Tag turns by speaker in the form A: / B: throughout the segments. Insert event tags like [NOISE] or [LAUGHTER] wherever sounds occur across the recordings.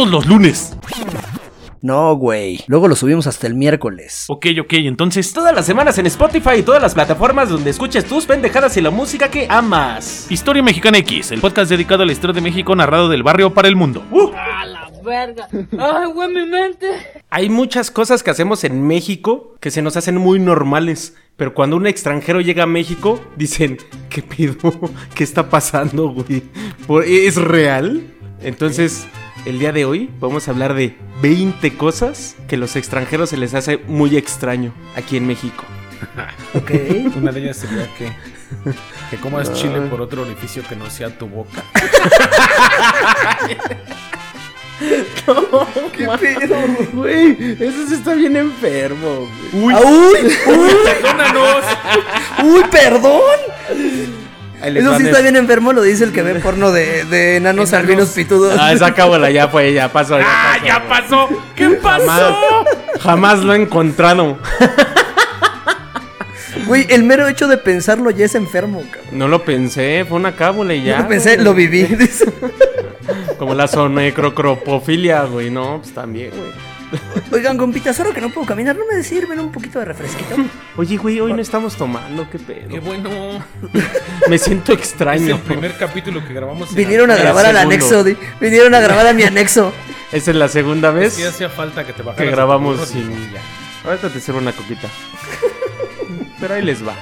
A: los lunes.
B: No, güey. Luego lo subimos hasta el miércoles.
A: Ok, ok, entonces.
C: Todas las semanas en Spotify y todas las plataformas donde escuches tus pendejadas y la música que amas.
A: Historia Mexicana X, el podcast dedicado a la historia de México narrado del barrio para el mundo.
D: A la verga. Ay, güey, mi mente.
E: Hay muchas cosas que hacemos en México que se nos hacen muy normales, pero cuando un extranjero llega a México, dicen, ¿qué pido? [LAUGHS] ¿Qué está pasando, güey? ¿Por- ¿Es real? Entonces, el día de hoy vamos a hablar de 20 cosas que los extranjeros se les hace muy extraño aquí en México.
B: Ok.
F: Una de ellas sería que, que comas chile
B: Ah.
F: por otro orificio que no sea tu boca.
E: Güey, eso sí está bien enfermo, güey.
B: Ah, ¡Uy! ¡Uy! ¡Uy, perdón!
E: Ahí les
B: Eso
E: van
B: sí
E: el-
B: está bien enfermo, lo dice el que ve porno de, de enanos albinos pitudos.
E: Ah, esa cábala ya fue, ya pasó. Ya
A: ¡Ah,
E: pasó,
A: ya
E: güey.
A: pasó! ¿Qué
E: Jamás,
A: pasó?
E: jamás lo he encontrado.
B: Güey, el mero hecho de pensarlo ya es enfermo, cabrón.
E: No lo pensé, fue una cábula y ya.
B: Yo lo pensé, lo viví. [LAUGHS] dice.
E: Como la sonecrocropofilia, güey, no, pues también, güey.
B: Oigan, compita, solo que no puedo caminar, ¿no me sirven un poquito de refresquito?
E: Oye, güey, hoy no estamos tomando, qué pedo.
F: Qué bueno.
E: [LAUGHS] Me siento
F: Es
E: extraño.
F: el primer capítulo que grabamos. en
B: Vinieron a
E: El
B: grabar al
E: segundo.
B: anexo, di- vinieron a grabar a mi anexo.
E: Esa es la segunda
F: la-
E: vez.
F: Sí hacía falta que te bajaras.
E: Que grabamos
F: a tu
E: sin-
F: rodilla.
E: Ahorita te sirvo una coquita. Pero ahí les va.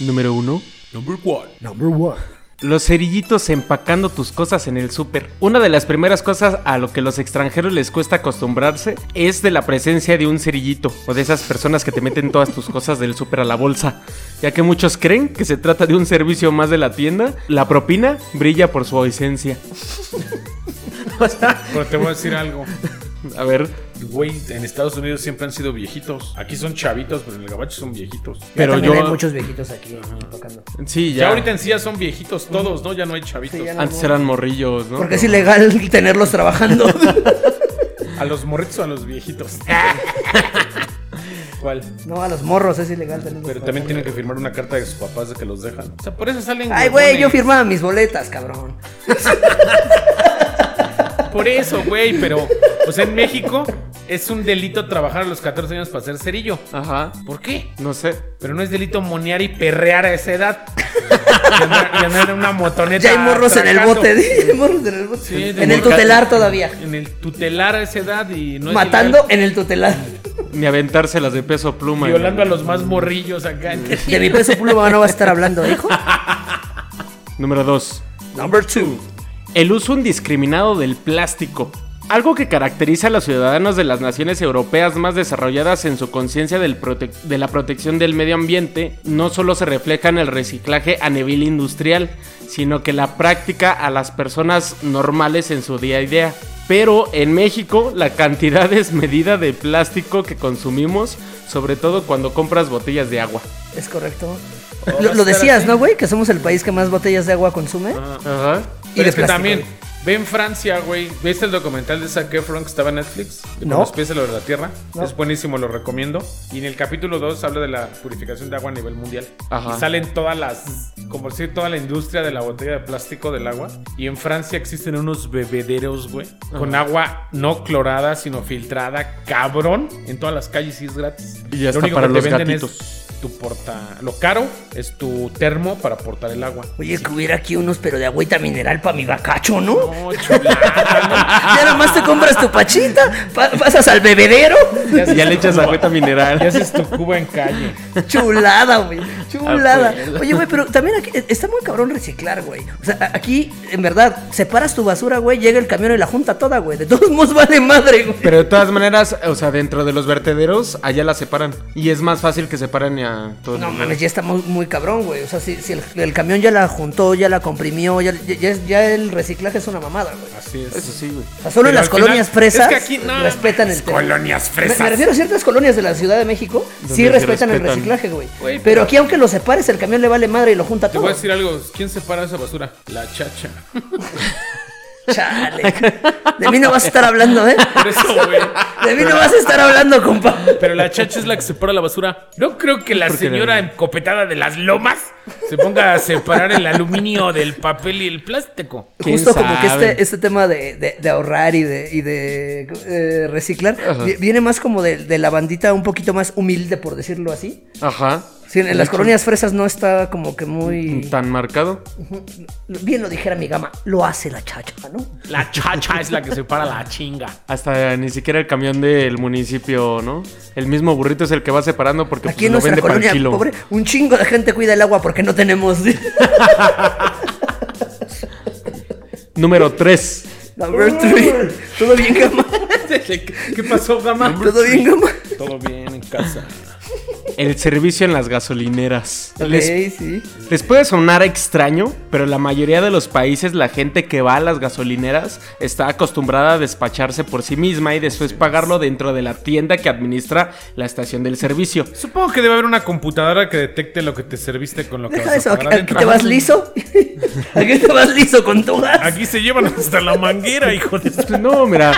E: Número uno. Los cerillitos empacando tus cosas en el súper. Una de las primeras cosas a lo que los extranjeros les cuesta acostumbrarse es de la presencia de un cerillito o de esas personas que te meten todas tus cosas del súper a la bolsa, ya que muchos creen que se trata de un servicio más de la tienda. La propina brilla por su ausencia. O sea,
F: Pero te voy a decir algo.
E: a ver,
F: Güey, en Estados Unidos siempre han sido viejitos. Aquí son chavitos, pero en el gabacho son viejitos.
E: [LAUGHS] pero yo
B: viejitos aquí tocando.
E: sí
F: Ya,
E: ya.
F: ahorita en sí ya son viejitos todos, ¿no? Ya no hay chavitos.
B: Sí, ya no.
E: Antes eran morrillos, ¿no?
B: Porque es ilegal tenerlos trabajando. [LAUGHS]
F: A los morritos o a los viejitos. ¿Cuál?
B: no, a los morros es ilegal tenerlos
F: Pero también tienen que firmar una carta de sus papás de que los dejan. O sea, por eso salen.
B: Ay, güey, yo
F: huevones.
B: firmaba mis boletas, cabrón.
F: Por eso, güey, pero. O sea, en México es un delito trabajar a los 14 años para ser cerillo.
E: Ajá.
F: ¿Por qué?
E: No sé.
F: Pero no es delito monear y perrear a esa edad. y, andar, y andar en una motoneta.
B: Ya hay morros en el
F: atracando.
B: bote, di,
G: [LAUGHS]
B: hay morros en el bote.
F: Sí, de
B: en el
F: volcán.
B: tutelar todavía.
F: En el tutelar a esa edad y no es
B: Matando en el tutelar.
E: Ni aventárselas de peso pluma.
F: legal. Violando a los más morrillos acá.
B: De mi peso pluma no va a estar hablando,
G: [LAUGHS]
B: hijo.
E: Número 2.
B: Number two.
E: El uso indiscriminado del plástico. Algo que caracteriza a los ciudadanos de las naciones europeas más desarrolladas en su conciencia del prote- de la protección del medio ambiente, no solo se refleja en el reciclaje a nivel industrial, sino que la práctica a las personas normales en su día a día. Pero en México la cantidad [LAUGHS] desmedida de plástico que consumimos, sobre todo cuando compras botellas de agua.
B: Es correcto. Lo, lo decías, ¿no, güey? Que somos el país que más botellas de agua consume.
E: Ajá.
F: Pero
G: de
F: es que
G: plástico,
F: también,
G: güey.
F: ve en Francia, güey. ¿Viste el documental de Zac Efron que estaba en Netflix? De
G: No.
F: Con los pies de lo de la tierra.
G: No.
F: Es buenísimo, lo recomiendo. Y en el capítulo 2 habla de la purificación de agua a nivel mundial.
E: Ajá.
F: Y salen todas las, como decir, toda la industria de la botella de plástico del agua. Y en Francia existen unos bebederos, güey. Con agua no clorada, sino filtrada, cabrón. En todas las calles y es gratis.
E: Y ya
F: Lo
E: está
F: único
E: para
F: que te
E: los
F: venden
E: gatitos.
F: es Tu porta. Lo caro es tu termo para portar el agua.
G: Oye, que hubiera aquí unos, pero de agüita mineral para mi bacacho, ¿no?
F: No,
G: [LAUGHS]
F: chulada,
G: Ya nomás te compras tu pachita, pa- pasas al bebedero.
F: ¿no? Ya se
E: Ya le echas agüita mineral.
F: Ya haces tu Cuba en calle.
G: [LAUGHS] Chulada, güey. Chulada.
F: Ah, pues.
G: Oye, güey, pero también aquí e-, está muy cabrón reciclar, güey. O sea, a- aquí, en verdad, separas tu basura, güey, llega el camión y la junta toda, güey. De todos [LAUGHS] modos vale madre, güey.
E: Pero de todas maneras, o sea, dentro de los vertederos, allá la separan. Y es más fácil que separen a todos.
G: No mames, ya está muy, muy cabrón, güey. O sea, si, si el, el camión ya la juntó, ya la comprimió, ya, ya- ya es- ya el reciclaje es una mamada, güey.
F: Así es.
E: Eso sí, güey.
G: O sea,
F: Pero
G: solo en las
F: al final-
G: colonias
F: es
G: fresas
F: que aquí- no,
G: respetan el tema.
F: Colonias
G: Me,
F: fresas.
G: me refiero a ciertas colonias de la Ciudad de México, sí
E: se
G: respetan, el
E: respetan.
G: reciclaje, güey.
F: Güey,
G: Pero, aquí aunque lo separes, el camión le vale madre y lo junta
F: Te
G: todo.
F: voy a decir algo. ¿Quién separa esa basura? La chacha.
E: [LAUGHS]
G: Chale. De mí no vas a estar hablando, ¿eh?
F: Por eso, güey.
G: De mí no vas a estar hablando, compa.
F: Pero la chacha es la que separa la basura. No creo que la señora encopetada de las lomas se ponga a separar el aluminio del papel y el plástico.
E: ¿Quién
G: Justo como que
E: sabe?
G: este, este tema de, de- de ahorrar y de, y de eh, reciclar vi- viene más como de, de la bandita un poquito más humilde, por decirlo así.
E: Ajá.
G: Sí, en las colonias fresas no está como que muy...
E: Tan marcado.
G: Bien lo dijera mi gama, lo hace la chacha, ¿no?
F: La chacha es la que separa la chinga.
E: Hasta ni siquiera el camión del municipio, ¿no? El mismo burrito es el que va separando porque
G: Aquí
E: pues, lo
G: en nuestra
E: vende para
G: colonia,
E: kilo.
G: pobre, un chingo de gente cuida el agua porque no tenemos... [LAUGHS]
E: Número 3. [LAUGHS]
G: Number three. Todo bien, gama.
F: [LAUGHS] ¿Qué pasó, Gama?
G: Todo bien, gama.
F: Todo bien en casa.
E: El servicio en las gasolineras. Les
G: Ok, sí.
E: Les puede sonar extraño, pero la mayoría de los países la gente que va a las gasolineras está acostumbrada a despacharse por sí misma y después pagarlo dentro de la tienda que administra la estación del servicio.
F: Supongo que debe haber una computadora que detecte lo que te serviste con lo que
G: Deja
F: vas a
G: eso, aquí,
F: pagar
G: aquí
F: adentro.
G: te vas liso. [LAUGHS] Aquí te vas liso con tu gas.
F: Aquí se llevan hasta la manguera, hijo [LAUGHS] de
E: Pues No, mira.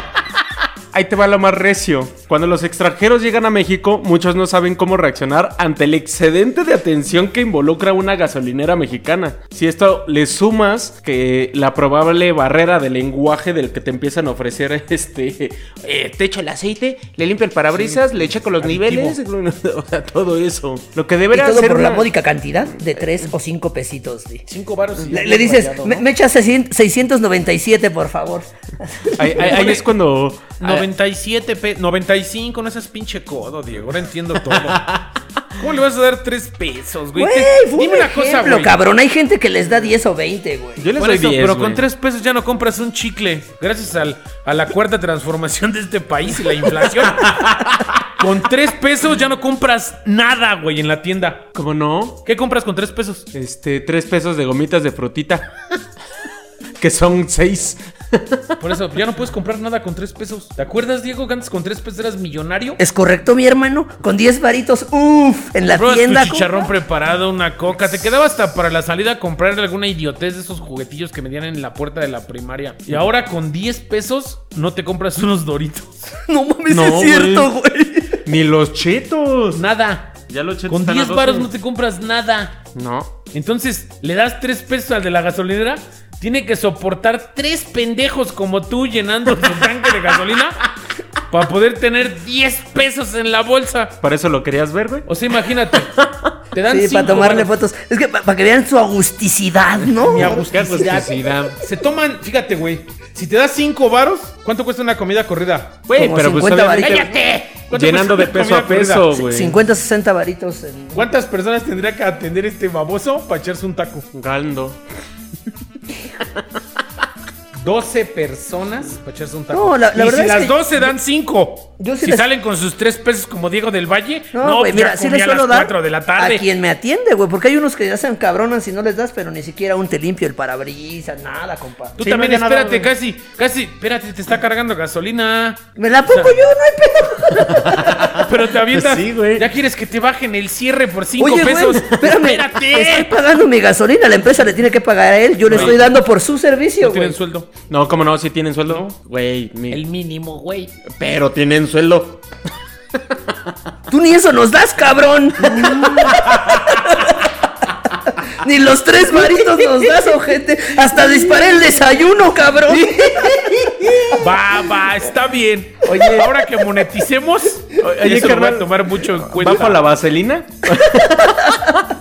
E: Ahí te va lo más recio. Cuando los extranjeros llegan a México, muchos no saben cómo reaccionar ante el excedente de atención que involucra una gasolinera mexicana. Si esto le sumas que la probable barrera de lenguaje del que te empiezan a ofrecer, [LAUGHS] este, eh, te echo el aceite, le limpio el parabrisas, le echa con los niveles, [LAUGHS] o sea, todo eso. Lo que
G: Y
E: debería
G: todo
E: ser
G: por la
E: una-
G: módica cantidad de 3 o 5 pesitos. sí.
F: Cinco varos. y
G: Le,
F: un
G: le dices,
F: rayado,
G: me,
F: ¿no?
G: me echas 600 697, por favor.
E: [LAUGHS] Ahí, ahí- ahí es cuando
F: 97 pe- 95, no seas pinche codo, Diego. Ahora entiendo todo. [LAUGHS] ¿Cómo le vas a dar 3 pesos, güey?
G: Güey,
F: Te-
G: fue un ejemplo, cabrón. Hay gente que les da 10 o 20, güey.
E: yo les
F: Por
E: doy
F: eso,
E: 10,
F: pero
E: güey.
F: con 3 pesos ya no compras un chicle. Gracias al, a la cuarta transformación de este país y la [LAUGHS] inflación. con 3 pesos ya no compras nada, güey, en la tienda.
E: ¿Cómo no?
F: ¿Qué compras con 3 pesos?
E: Este, tres pesos de gomitas de frutita. [LAUGHS] que son seis.
F: Por eso, ya no puedes comprar nada con 3 pesos. ¿Te acuerdas, Diego, que antes con 3 pesos eras millonario?
G: ¿Es correcto, mi hermano? Con 10 varitos, uff, en la
F: Pruebas
G: tienda.
F: tu chicharrón preparado, una coca. Te quedaba hasta para la salida a comprar alguna idiotez de esos juguetillos que vendían en la puerta de la primaria. Y ahora con 10 pesos no te compras unos doritos.
G: No mames,
E: No,
G: es cierto, güey.
E: Ni los chetos.
F: Nada.
B: Ya los chetos
F: Con
B: están a
F: 10
B: dos,
F: baros
B: güey.
F: no te compras nada.
E: No.
F: Entonces, le das 3 pesos al de la gasolinera. Tiene que soportar tres pendejos como tú llenando tu
H: [LAUGHS]
F: tanque de gasolina para poder tener 10 pesos en la bolsa.
E: ¿Para eso lo querías ver, güey?
F: O sea, imagínate. Te dan
G: Sí,
F: cinco
G: para tomarle
F: varos.
G: fotos. Es que para que vean su agusticidad, ¿no?
F: Mi agusticidad. Se toman, fíjate, güey. Si te das cinco varos, ¿cuánto cuesta una comida corrida?
E: Güey,
G: Como
E: pero pues
G: 50
E: obviamente-
G: varitas.
F: ¿Cuánto
E: Llenando de
F: cuesta
E: peso
F: una
E: a
F: comida
E: peso, güey.
G: 50, 60 varitos en...
F: ¿Cuántas personas tendría que atender este baboso para echarse un taco?
E: Galdo.
F: 12 personas para echarse un taco.
G: No, la-
F: y
G: la verdad
F: si
G: es
F: las
G: que-
F: 12 dan 5.
G: Yo sí
F: si
G: les-
F: salen con sus 3 pesos como Diego del Valle,
G: No,
F: no,
G: güey,
F: pues
G: mira,
F: ya
G: sí
F: comí
G: les
F: a las
G: suelo dar
F: 4 de la
G: a
F: tarde.
G: quien me atiende, güey, porque hay unos que ya se encabronan si no les das, pero ni siquiera un te limpio el parabrisas, nada, compa.
F: Tú
G: Sí,
F: también
G: no había nada,
F: espérate,
G: güey.
F: casi, casi, espérate, te está cargando gasolina. [LAUGHS]
G: Me la pongo yo, no hay pedo.
F: Pero te avientas.
E: Sí, güey.
F: Ya quieres que te bajen el cierre por 5
G: Oye, güey,
F: pesos.
G: espérame. Estoy
F: Espérate.
G: pagando mi gasolina. La empresa le tiene que pagar a él. Yo le estoy dando por su servicio,
F: No
G: güey.
F: tienen sueldo.
E: No, ¿cómo no? ¿Sí tienen sueldo? Güey, mi-
F: El mínimo, güey.
E: pero tienen sueldo.
G: Tú ni eso nos das,
F: [LAUGHS]
G: cabrón. Ni los tres maritos nos das, ojete. Hasta disparé el desayuno, cabrón.
F: Va, va, está bien.
E: Oye.
F: ahora que moneticemos,
E: Oye,
F: eso lo voy
E: carnal,
F: a tomar mucho en cuenta.
E: ¿Bajo la vaselina?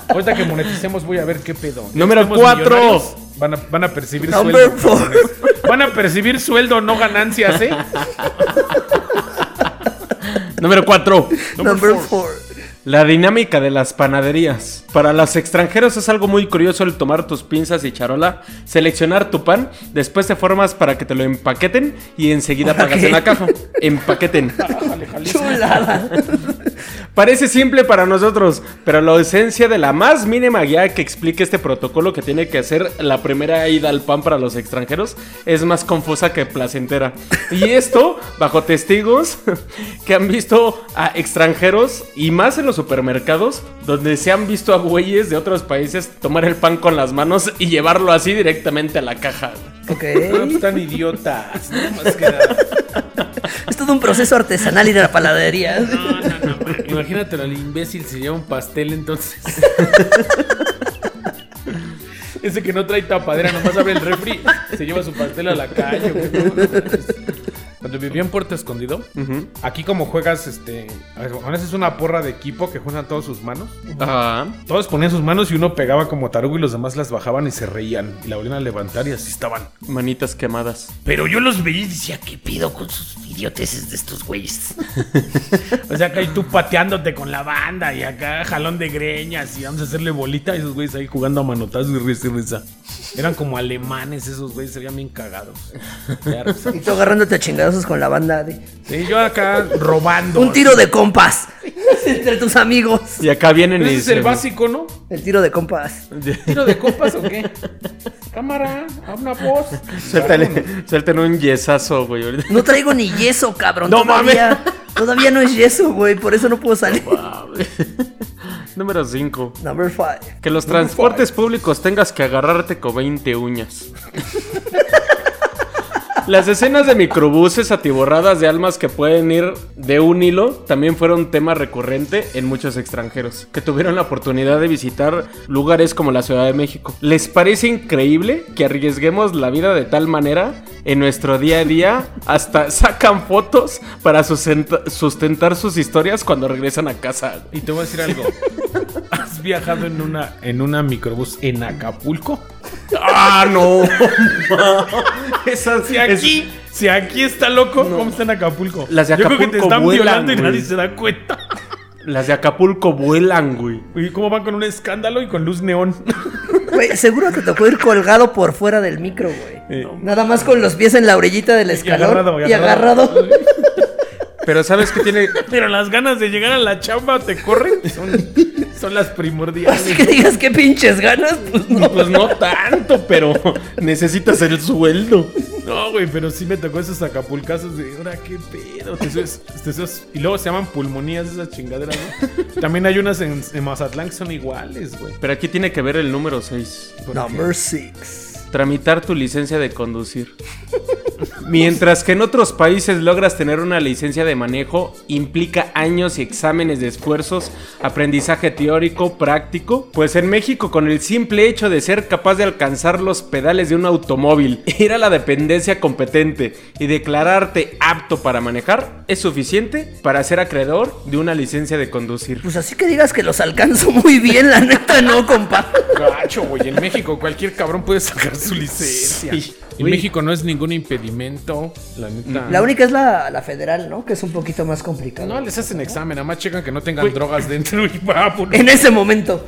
F: Ahorita que moneticemos, voy a ver qué pedo.
E: Número
F: Estemos
E: cuatro.
F: millonarios, Van a, van a percibir
G: Number
F: sueldo.
G: four.
F: Van a percibir sueldo, no ganancias, ¿eh?
E: Número 4.
G: Number four.
E: La dinámica de las panaderías. Para los extranjeros es algo muy curioso el tomar tus pinzas y charola, seleccionar tu pan, después te formas para que te lo empaqueten y enseguida
G: ¿Para
E: pagas
G: qué?
E: en la caja. Empaqueten.
F: [LAUGHS]
G: Chulada.
E: Parece simple para nosotros, pero la ausencia de la más mínima guía que explique este protocolo que tiene que hacer la primera ida al pan para los extranjeros es más confusa que placentera. Y esto bajo testigos [LAUGHS] que han visto a extranjeros y más en los supermercados donde se han visto a güeyes de otros países tomar el pan con las manos y llevarlo así directamente a la caja.
G: Ok.
F: No, pues, están idiotas. no, más que nada.
G: Es todo un proceso artesanal ir a la panadería.
F: No, no, no, man. Imagínatelo, el imbécil se lleva un pastel entonces. Ese que no trae tapadera, nomás abre el refri, se lleva su pastel a la calle. güey. No, no, no. Cuando vivía en Puerto Escondido, aquí como juegas, este, a ver, ahora es una porra de equipo que juegan todas sus manos.
E: Ajá.
F: Todos ponían sus manos y uno pegaba como tarugo y los demás las bajaban y se reían. Y la volvían a levantar y así estaban.
E: Manitas quemadas.
F: Pero yo los veía y decía, ¿qué pido con sus idioteces de estos güeyes? [LAUGHS] o sea, acá y tú pateándote con la banda y acá jalón de greñas y vamos a hacerle bolita y esos güeyes ahí jugando a manotazos y risa y risa. Eran como alemanes esos güeyes, serían bien cagados. Ya, risa.
G: Y tú agarrándote a chingadazos con la banda. de-
F: Sí, yo acá robando.
G: Un tiro de compas. Entre tus amigos.
E: Y acá vienen
F: Ese
E: y
F: es el
E: dicen,
F: básico, ¿no?
G: El tiro de compas.
F: ¿Tiro de copas o qué? Cámara, a una voz.
E: suéltale, suéltale un yesazo, güey. ahorita". [LAUGHS]
G: No traigo ni yeso, cabrón.
E: No
G: todavía, Todavía no es yeso, güey. Por eso no puedo salir.
E: Número 5.
G: Number five.
E: Que los transportes públicos tengas que agarrarte con 20 uñas. [LAUGHS] Las escenas de microbuses atiborradas de almas que pueden ir de un hilo también fueron tema recurrente en muchos extranjeros que tuvieron la oportunidad de visitar lugares como la Ciudad de México. ¿Les parece increíble que arriesguemos la vida de tal manera en nuestro día a día? Hasta sacan fotos para susenta- sustentar sus historias cuando regresan a casa.
F: Y te voy a decir algo. [LAUGHS] ¿Has viajado en una, en una microbús en Acapulco?
E: ¡Ah, [LAUGHS] no! Esas,
F: Si aquí, si aquí está loco, ¿cómo está en Acapulco?
E: Las de
F: Yo creo que te
E: Acapulco
F: están
E: vuelan,
F: violando y
E: güey.
F: nadie se da cuenta.
E: las de Acapulco vuelan, güey.
F: ¿Y cómo van con un escándalo y con luz neón? [LAUGHS]
G: Güey, seguro te tocó ir colgado por fuera del micro, güey. Nada más con los pies en la orillita del escalón.
F: agarrado, y
G: Y agarrado.
E: Pero ¿sabes qué tiene?
F: [LAUGHS] Pero las ganas de llegar a la chamba te corren. Son, son las
G: Así
F: primordiales.
G: que digas qué pinches ganas. Pues no.
E: Pues no tanto, pero necesitas el sueldo.
F: No, güey, pero sí me tocó esos acapulcazos de ahora qué pedo. Te subes- te subes- y luego se llaman pulmonías esas chingaderas, ¿no? También hay unas en, en Mazatlán que son iguales, güey.
E: Pero aquí tiene que ver el número 6.
G: Number six.
E: Tramitar tu licencia de conducir. Mientras que en otros países logras tener una licencia de manejo, implica años y exámenes de esfuerzos, aprendizaje teórico, práctico. Pues en México, con el simple hecho de ser capaz de alcanzar los pedales de un automóvil, ir a la dependencia competente y declararte apto para manejar, es suficiente para ser acreedor de una licencia de conducir.
G: Pues así que digas que los alcanzo muy bien, la neta, no, compa.
F: Gacho, güey. En México cualquier cabrón puede sacar su licencia.
E: Sí,
F: en
E: güey.
F: México no es ningún impedimento, la neta.
G: La única es la, la federal, ¿no? Que es un poquito más complicado.
F: No, les hacen examen, nada más checan que no tengan drogas dentro y vámonos.
G: En ese momento.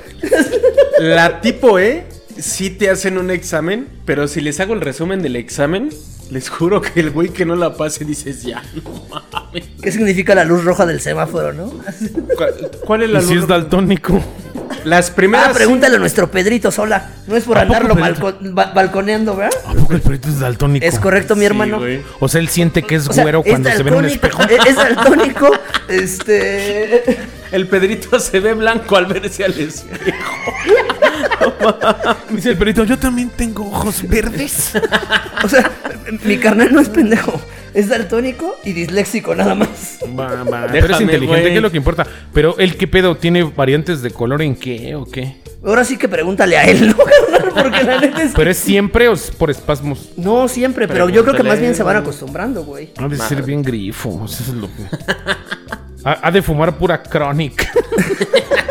E: La tipo E sí te hacen un examen, pero si les hago el resumen del examen, les juro que el güey que no la pase dices ya. no mames".
G: ¿Qué significa la luz roja del semáforo, no? Ah,
E: ¿Cuál, cuál es la
F: Y si
E: luz?
F: es daltónico.
E: Las primeras.
G: Ah, pregúntale a nuestro Pedrito Sola. No es por
F: ¿A poco
G: andarlo
F: Pedrito?
G: balco- ba- balconeando, ¿verdad?
F: ¿A poco el perrito es daltónico?
G: Es correcto, mi hermano.
E: güey.
F: O sea, él siente que es
G: O sea,
F: güero cuando se ve en un espejo.
G: [LAUGHS] es, es daltónico, este...
E: El Pedrito se ve blanco al verse al espejo.
F: Dice el perrito, yo también tengo ojos verdes. Ah,
G: O sea, mi carnal no es pendejo. Es daltónico y disléxico nada más.
F: Va, va, pero es
E: Déjame,
F: inteligente,
E: güey.
F: que es lo que importa. Pero el qué pedo, ¿tiene variantes de color en qué o qué?
G: Ahora sí que pregúntale a él, ¿no, carnal? Porque la neta es...
F: ¿Pero es siempre o es por espasmos?
G: No, siempre, pero yo creo que más bien se van acostumbrando, güey.
F: Ha de ser bien grifo. eso es lo que- [LAUGHS] ha, ha de fumar pura chronic. [LAUGHS]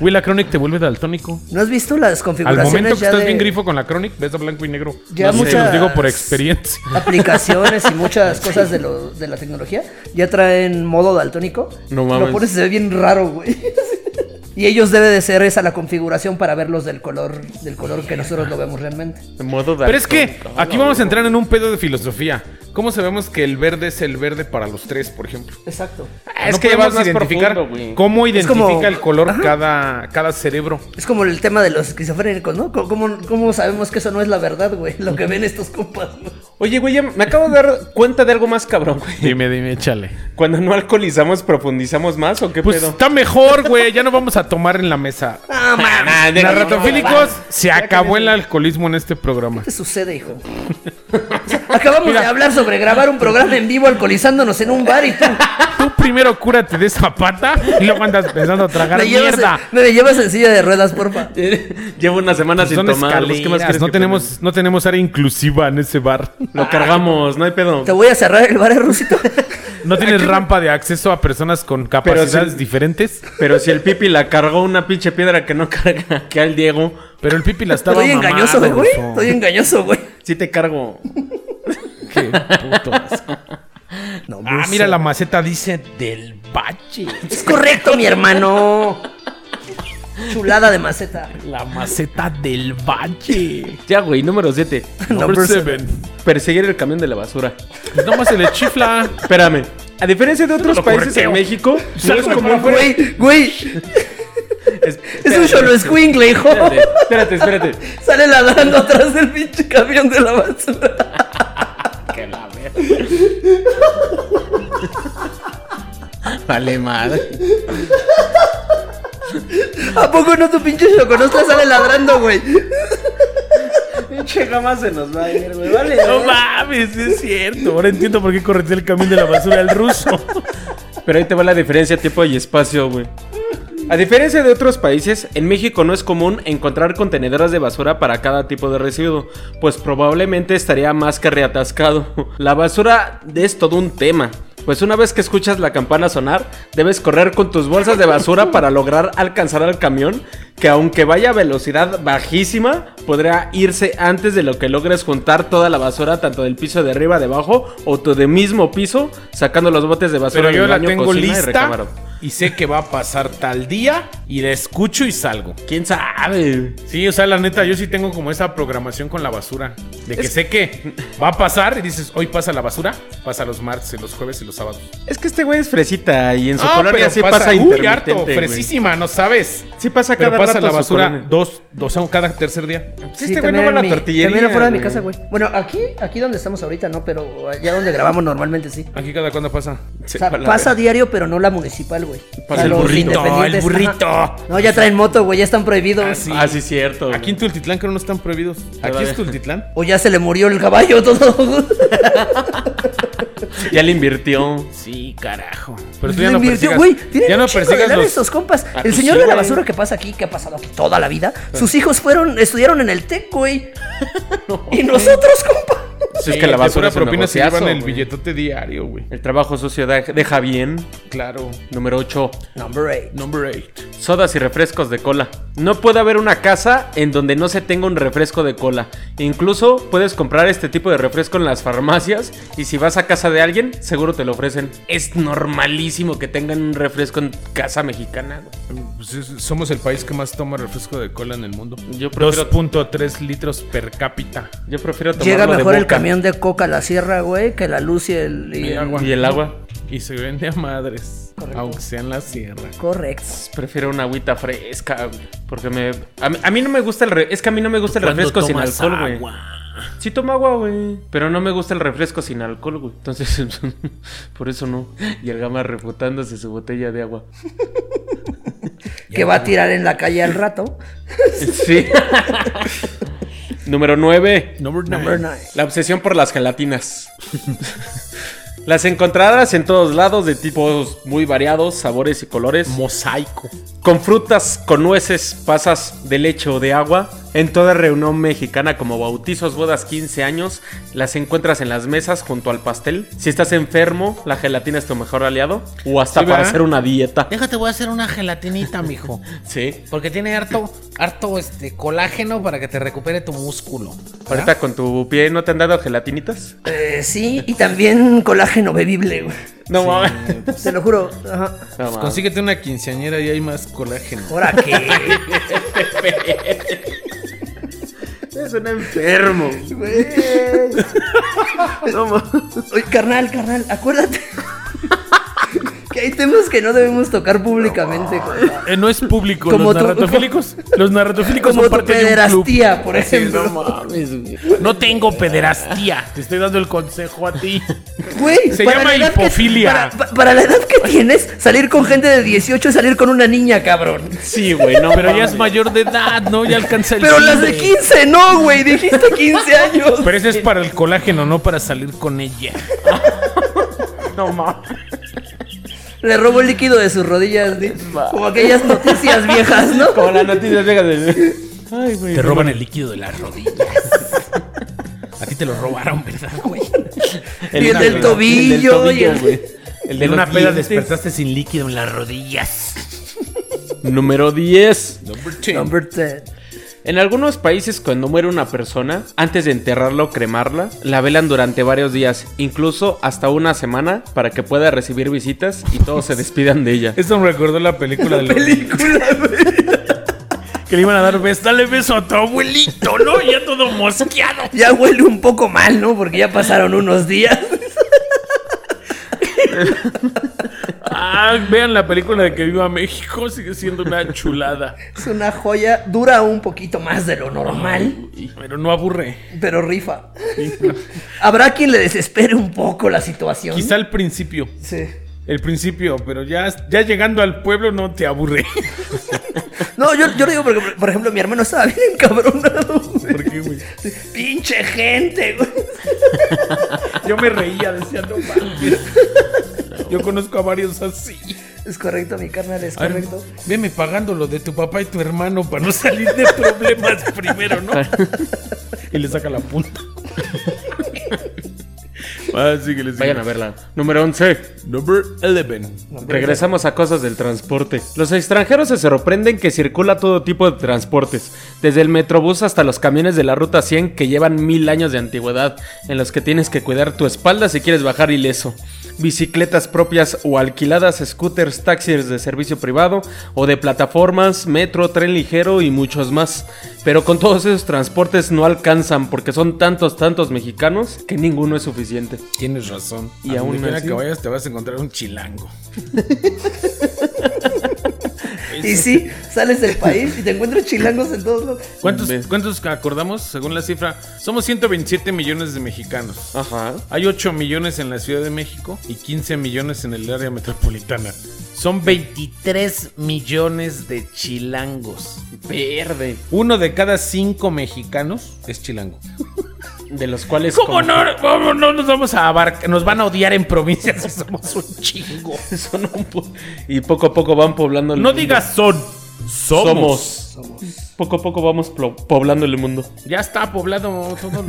F: Güey, la chronic te vuelve daltónico.
G: ¿No has visto las
F: Al
G: configuraciones
F: momento que
G: ya
F: estás
G: de
F: bien grifo con la chronic, ves a blanco y negro.
G: Ya
F: No sé,
G: muchas-
F: los digo por [LAUGHS] experiencia.
G: [LAUGHS] aplicaciones
F: [LAUGHS]
G: y muchas cosas de, lo- de la tecnología? Ya traen modo daltónico.
E: No
G: Lo
E: mames.
G: pones y se ve bien raro, güey. [LAUGHS] Y ellos debe de ser esa la configuración para verlos del color, del color que nosotros lo vemos realmente.
E: En modo
F: Pero es que aquí vamos a entrar en un pedo de filosofía. ¿Cómo sabemos que el verde es el verde para los tres, por ejemplo? Ah,
G: Exacto.
E: es
F: no
E: que ya
F: podemos
E: vas más
F: identificar
E: profundo, güey.
F: cómo
G: Es
F: identifica
G: como-
F: el color
G: Ajá.
F: cada, cada cerebro.
G: Es como el tema de los esquizofrénicos, ¿no? ¿Cómo- ¿Cómo, cómo sabemos que eso no es la verdad, güey? Lo que ven estos compas, güey.
E: Oye, güey, ya me acabo de dar cuenta de algo más cabrón, güey.
F: Dime, dime, échale.
E: Cuando no alcoholizamos, profundizamos más o qué
F: Pues
E: pedo. [LAUGHS]
F: está mejor, güey. Ya no vamos a tomar en la mesa.
G: ¡Ah, mames!
E: Ah, de-
F: Narratofílicos, se acabó el alcoholismo en este programa.
G: ¿Qué sucede, hijo? O sea, Acabamos de hablar sobre grabar un programa en vivo alcoholizándonos en un bar y tú
F: Tú primero cúrate de esa pata y luego andas pensando a tragar
G: me llevas,
F: mierda.
G: en, me llevas en silla de ruedas, porfa.
E: Llevo una semana
F: Pues
E: sin
F: Son
E: tomar. pues, ¿qué más
F: escaleras,
E: quieres
F: no
E: que
F: tenemos, no tenemos área inclusiva en ese bar.
E: tenga? Lo cargamos, no hay pedo.
G: Te voy a cerrar el bar, eh, Rusito.
F: No tienes rampa de acceso a personas con capacidades
E: sí-
F: diferentes.
E: Pero si el Pipi la cargó una pinche piedra que no carga que al Diego,
F: Pero el pipi la estaba
G: Estoy
F: mamando,
G: engañoso, güey.
F: Ruso.
G: Estoy engañoso, güey.
E: sí te cargo.
F: Qué puto asco.
G: No,
F: Ah,
G: Ruso.
F: mira, la maceta dice del bache.
G: Es correcto, mi hermano. Chulada de maceta.
F: La maceta del bache.
E: Ya, güey, número 7.
G: Number
F: Number
G: seven.
F: seven.
E: Perseguir el camión de la basura.
F: Pues nomás se le chifla.
E: Espérame. A diferencia de otros
F: lo
E: países
F: corteo.
E: en México, no es
F: Salgo
E: común.
F: para afuera.
G: Güey, güey.
E: Es,
G: Es un solo escuingle, hijo.
E: Espérate, espérate, espérate.
G: Sale ladrando atrás del pinche camión de la basura.
E: Vale, madre.
G: ¿A poco no tu pinche choconostra sale ladrando, güey?
E: Pinche jamás se nos va a ir, güey. Vale.
F: No mames, es cierto. Ahora entiendo por qué corretea el camión de la basura al ruso.
E: Pero ahí te va la diferencia, tiempo y espacio, güey. A diferencia de otros países, en México no es común encontrar contenedores de basura para cada tipo de residuo, pues probablemente estaría más que reatascado. [LAUGHS] La basura es todo un tema, pues una vez que escuchas la campana sonar, debes correr con tus bolsas de basura para lograr alcanzar al camión, que aunque vaya a velocidad bajísima, podrá irse antes de lo que logres juntar toda la basura, tanto del piso de arriba, debajo o tu de mismo piso, sacando los botes de basura.
F: Ah, Pero yo
E: del
F: la
E: baño,
F: tengo
E: cocina y
F: lista
E: recámara.
F: y sé que va a pasar tal día y la escucho y salgo.
E: ¿Quién sabe?
F: Sí, o sea, la neta, yo sí tengo como esa programación con la basura. De que sé que va a pasar y dices, hoy pasa la basura, pasa los martes, los jueves y los sábados.
E: Es que este güey es fresita y en su
F: Ah,
E: colonia
F: pero
E: sí pasa,
F: uy,
E: intermitente,
F: harto,
E: güey.
F: fresísima, no sabes.
E: Sí pasa
F: Pero
E: cada
F: pasa
E: rato
F: la
E: su
F: basura
E: colonia.
F: dos, dos a cada tercer día.
E: Sí, este güey no va a la tortillería.
G: También afuera de mi
E: güey.
G: casa, güey. Bueno, aquí, aquí donde estamos ahorita, no, pero allá donde grabamos normalmente sí.
F: Aquí cada cuándo pasa.
E: [LAUGHS] Sí,
G: O sea,
E: para la
G: pasa
E: verga.
G: diario, pero no la municipal, güey.
E: Pasa
G: A
E: el
G: los
E: burrito,
G: independientes,
F: el burrito.
G: ajá. No, ya traen moto, güey, ya están prohibidos.
F: Ah, sí.
E: Ah, sí, cierto.
F: Aquí en Tultitlán creo no están prohibidos. Aquí
E: Todavía.
F: es Tultitlán.
G: O ya se le murió el caballo [LAUGHS] todo.
E: güey. Ya le invirtió.
F: Sí, carajo. Pero tú
G: Le
F: ya no
G: invirtió,
F: persigas,
G: güey. Tienen
F: ya
G: un
F: no
G: chingo de
F: persigas
G: lana
F: los-
G: estos compas.
E: Ah,
G: El
E: pues
G: señor
E: sí,
G: de la
E: güey.
G: basura que pasa aquí, que ha pasado aquí toda la vida, sus hijos fueron, estudiaron en el TEC,
F: [LAUGHS]
G: güey. Y nosotros, compa.
E: Sí, es que la
F: de pura
E: basura es un
F: propina se
E: negociazo,
F: llevan el
E: güey.
F: billetote diario, güey.
E: El trabajo socio de- deja bien.
F: Claro.
E: Número 8.
G: Number eight.
F: Number 8.
E: Sodas y refrescos de cola. No puede haber una casa en donde no se tenga un refresco de cola. Incluso puedes comprar este tipo de refresco en las farmacias y si vas a casa de alguien, seguro te lo ofrecen. Es normalísimo que tengan un refresco en casa mexicana. güey.
F: Pues somos el país que más toma refresco de cola en el mundo.
E: Yo prefiero-
F: 2.3 litros per cápita.
E: Yo prefiero tomarlo
G: Llega
E: de
G: mejor el
E: boca.
G: camión de coca a la sierra, güey, que la luz y el. y
F: Y
G: el-
F: agua.
E: Y el agua.
F: y se vende a madres,
G: Correcto.
F: aunque sea en la sierra.
G: Correcto.
E: Prefiero una agüita fresca, güey, porque me a, mí- a mí no me gusta el re- es que a mí no me gusta el refresco sin alcohol, güey. Sí tomo agua, güey, pero no me gusta el refresco sin alcohol, güey. Entonces, [LAUGHS] por eso no. Y el gama reputándose su botella de agua. [LAUGHS]
G: Que va a tirar en la calle
F: [LAUGHS]
G: al rato.
E: Sí. [LAUGHS] Número 9.
F: Number
G: Number
F: nine.
G: nine.
E: La obsesión por las gelatinas. [LAUGHS] las encontradas en todos lados de tipos muy variados, sabores y colores.
F: Mosaico.
E: con frutas, con nueces, pasas de leche o de agua. En toda reunión mexicana como bautizos, bodas, 15 años, las encuentras en las mesas junto al pastel. Si estás enfermo, la gelatina es tu mejor aliado. O hasta
F: Sí,
E: para
F: ¿verdad?
E: hacer una dieta.
H: Déjate, voy a hacer una gelatinita, mijo.
E: Sí.
H: Porque tiene harto, harto este colágeno para que te recupere tu músculo.
E: Ahorita con tu pie, ¿no te han dado gelatinitas?
G: Eh, sí, y también colágeno
F: [LAUGHS]
G: bebible, güey.
E: No mames.
G: Te lo juro.
E: No
G: Ajá.
E: mames.
F: Pues Consíguete una quinceañera y hay más colágeno.
G: Ahora
F: [LAUGHS]
G: qué.
E: Es un enfermo.
F: [LAUGHS]
G: güey. Oye, carnal, carnal, acuérdate. [LAUGHS] que hay temas que no debemos tocar públicamente, güey.
F: Eh, no es público,
G: Como
F: los
G: tú-
F: narratofílicos. Los narratofílicos
G: Como
F: son
G: tu
F: parte de un club.
G: pederastía, por ejemplo.
F: No tengo pederastía. Te estoy dando el consejo a [LAUGHS] ti.
G: Güey,
F: Se
G: para
F: llama
G: la edad que-
F: hipofilia.
G: para- pa- para la edad que tienes, salir con gente de 18 es salir con una niña, cabrón.
E: Sí, güey, no.
F: Pero ya
E: mames.
F: es mayor de edad, ¿no? Ya alcanza el
G: Pero las de
F: cine.
G: 15 no, güey. Dijiste 15 años.
F: Pero ese es para el colágeno, no para salir con ella.
E: No mames.
G: Le robo el líquido de sus rodillas, ¿sí? como aquellas noticias viejas,
E: [LAUGHS]
G: ¿no?
E: Como las noticias llegan de. Ay, güey.
F: Te roban el líquido de las rodillas. A ti te lo robaron, ¿verdad, güey?
G: Y el del
E: El del
G: tobillo. y
E: tobillo,
G: el-
E: güey. El de
F: En
E: los
F: una peda
E: dientes.
F: despertaste sin líquido en las rodillas.
E: Número 10.
G: Number 10.
E: En algunos países cuando muere una persona, antes de enterrarla o cremarla, la velan durante varios días, incluso hasta una semana, para que pueda recibir visitas y todos se [LAUGHS] despidan de ella.
F: Esto me recordó la película de los-
G: Película, güey.
F: que le iban a dar beso. Dale beso a tu abuelito, ¿no? Ya todo mosqueado.
G: Ya huele un poco mal, ¿no? Porque ya pasaron unos días.
F: Ah, vean la película de que viva México. Sigue siendo una chulada.
G: Es una joya. Dura un poquito más de lo normal,
F: Pero no aburre.
G: pero rifa. Habrá quien le desespere un poco la situación.
F: Quizá al principio.
G: Sí.
F: El principio, pero ya, ya llegando al pueblo no te [LAUGHS] aburre.
G: No, yo, yo lo digo porque, por- por ejemplo, mi hermano estaba bien encabronado. güey.
F: ¿Por qué, güey?
G: Pinche gente, güey.
F: Yo me reía, decía, no mames. Yo conozco a varios así.
G: Es correcto, mi carnal, es
F: A ver,
G: correcto.
F: Veme pagando lo de tu papá y tu hermano para no salir de [LAUGHS] problemas primero, ¿no? y le saca la punta. [LAUGHS] Ah, síguele, síguele.
E: Vayan a verla. Número 11.
F: Number 11.
E: Regresamos a cosas del transporte. Los extranjeros se sorprenden que circula todo tipo de transportes, desde el metrobús hasta los camiones de la Ruta 100 que llevan mil años de antigüedad, en los que tienes que cuidar tu espalda si quieres bajar ileso. Bicicletas propias o alquiladas, scooters, taxis de servicio privado o de plataformas, metro, tren ligero y muchos más. Pero con todos esos transportes no alcanzan porque son tantos, tantos mexicanos que ninguno es suficiente.
F: Tienes razón.
E: Y
F: A
E: aún
F: donde quiera
E: así-
F: que vayas te vas a encontrar un chilango.
G: Y sí, sales del país y te encuentras chilangos en todos lados.
F: ¿Cuántos,
E: Ves.
F: ¿Cuántos acordamos? Según la cifra, somos 127 millones de mexicanos.
E: Ajá.
F: Hay 8 millones en la Ciudad de México y 15 millones en el área metropolitana. Son 20.
H: 23 millones de chilangos.
E: Verde.
F: Uno de cada cinco mexicanos es chilango.
E: De los cuales...
F: ¿Cómo
E: como-
F: no? ¿Cómo no nos vamos a abarcar? Nos van a odiar en provincias si [LAUGHS] somos un chingo.
E: [LAUGHS] Son un po- y poco a poco van poblando el
F: No
E: mundo.
F: digas son. Somos.
E: somos. Poco a poco vamos plo- poblando el mundo.
F: Ya está poblado todo-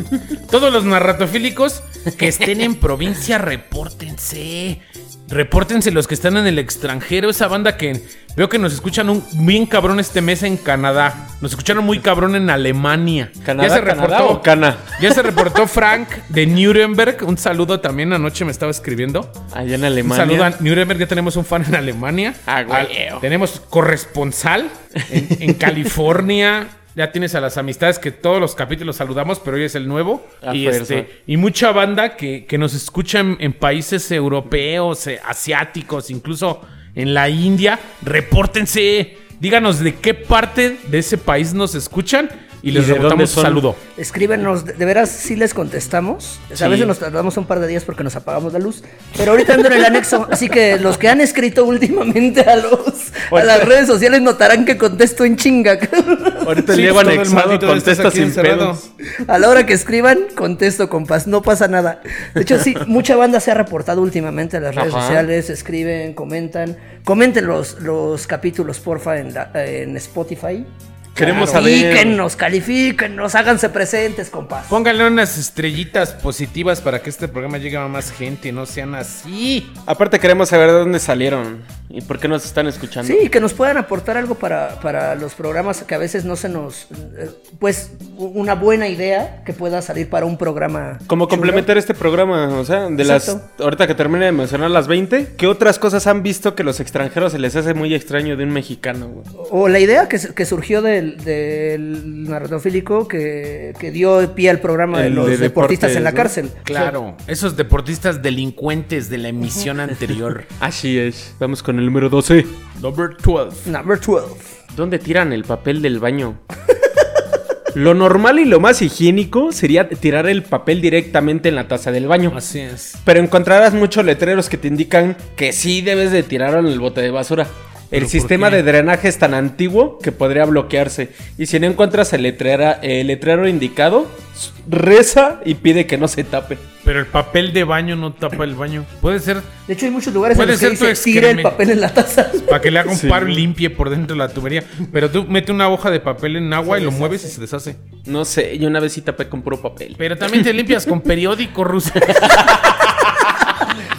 F: todos los narratofílicos que estén en provincia, repórtense. Repórtense los que están en el extranjero, esa banda que veo que nos escuchan un bien cabrón este mes en Canadá. Nos escucharon muy cabrón en Alemania.
E: ¿Canadá, Canadá o Cana?
F: Ya se reportó Frank de Nuremberg. Un saludo también anoche me estaba escribiendo.
E: Allá en
F: Un
E: Alemania.
F: saludo a Nuremberg, ya tenemos un fan en Alemania.
E: Ah, güey.
F: Al- tenemos corresponsal en, en California. Ya tienes a las amistades que todos los capítulos saludamos, pero hoy es el nuevo.
E: A
F: y,
E: fuerza.
F: este, y mucha banda que, que nos escucha en, en países europeos, eh, asiáticos, incluso en la India. Repórtense. Díganos de qué parte de ese país nos escuchan y les
C: de dónde
F: rebotamos un
C: son?
F: saludo.
G: Escríbenos, de, de veras sí les contestamos. O sea, A
F: Sí.
G: veces nos tardamos un par de días porque nos apagamos la luz. Pero ahorita ando en el anexo. Así que los que han escrito últimamente a los a las redes sociales notarán que contesto en chinga.
C: Ahorita
F: Sí,
C: llego
F: todo el
C: anexado,
F: maldito día estás
C: contesta
F: aquí
C: sin
F: encerrado.
C: pedos.
G: A la hora que escriban, contesto, compas. No pasa nada. De hecho, sí, mucha banda se ha reportado últimamente a las redes
E: Ajá.
G: sociales. Escriben, comentan. Comenten los, los capítulos, porfa, en, la- en Spotify.
C: Queremos saber.
G: Califíquennos, califíquennos, háganse presentes, compas.
F: Pónganle unas estrellitas positivas para que este programa llegue a más gente, no sean así.
E: Aparte queremos saber de dónde salieron y por qué nos están escuchando.
G: Sí, que nos puedan aportar algo para, para los programas que a veces no se nos... eh, Pues u- una buena idea que pueda salir para un programa.
E: Como
G: chulo.
E: complementar este programa, o sea, de las
G: Exacto.
E: ahorita que termine de mencionar las 20, ¿qué otras cosas han visto que los extranjeros se les hace muy extraño de un mexicano, güey?
G: O la idea que, su- que surgió del, del narratofílico que, que dio pie al programa de
E: El
G: los
E: de
G: deportistas en la
E: deportes,
G: cárcel.
F: Claro, esos deportistas delincuentes de la emisión anterior.
E: Así es. Vamos con el número 12.
F: Number 12.
G: Number 12.
E: ¿Dónde tiran el papel del baño? lo normal y lo más higiénico sería tirar el papel directamente en la taza del baño.
F: Así es.
E: Pero encontrarás muchos letreros que te indican que sí debes de tirarlo en el bote de basura. El sistema de drenaje es tan antiguo que podría bloquearse. Y si no encuentras el, letrera- el letrero indicado, s- reza y pide que no se tape.
F: Pero el papel de baño no tapa el baño. Puede ser
G: De hecho, hay muchos lugares en
F: Puede
G: los que
F: ser tu
G: dice, tira el
F: excremento".
G: papel en la taza. [LAUGHS]
F: para que le haga un
E: Sí.
F: paro y limpie por dentro la tubería. Pero tú mete una hoja de papel en agua y lo mueves y se deshace.
E: No sé, yo una vez sí tapé con puro papel.
F: Pero también te limpias con periódico ruso.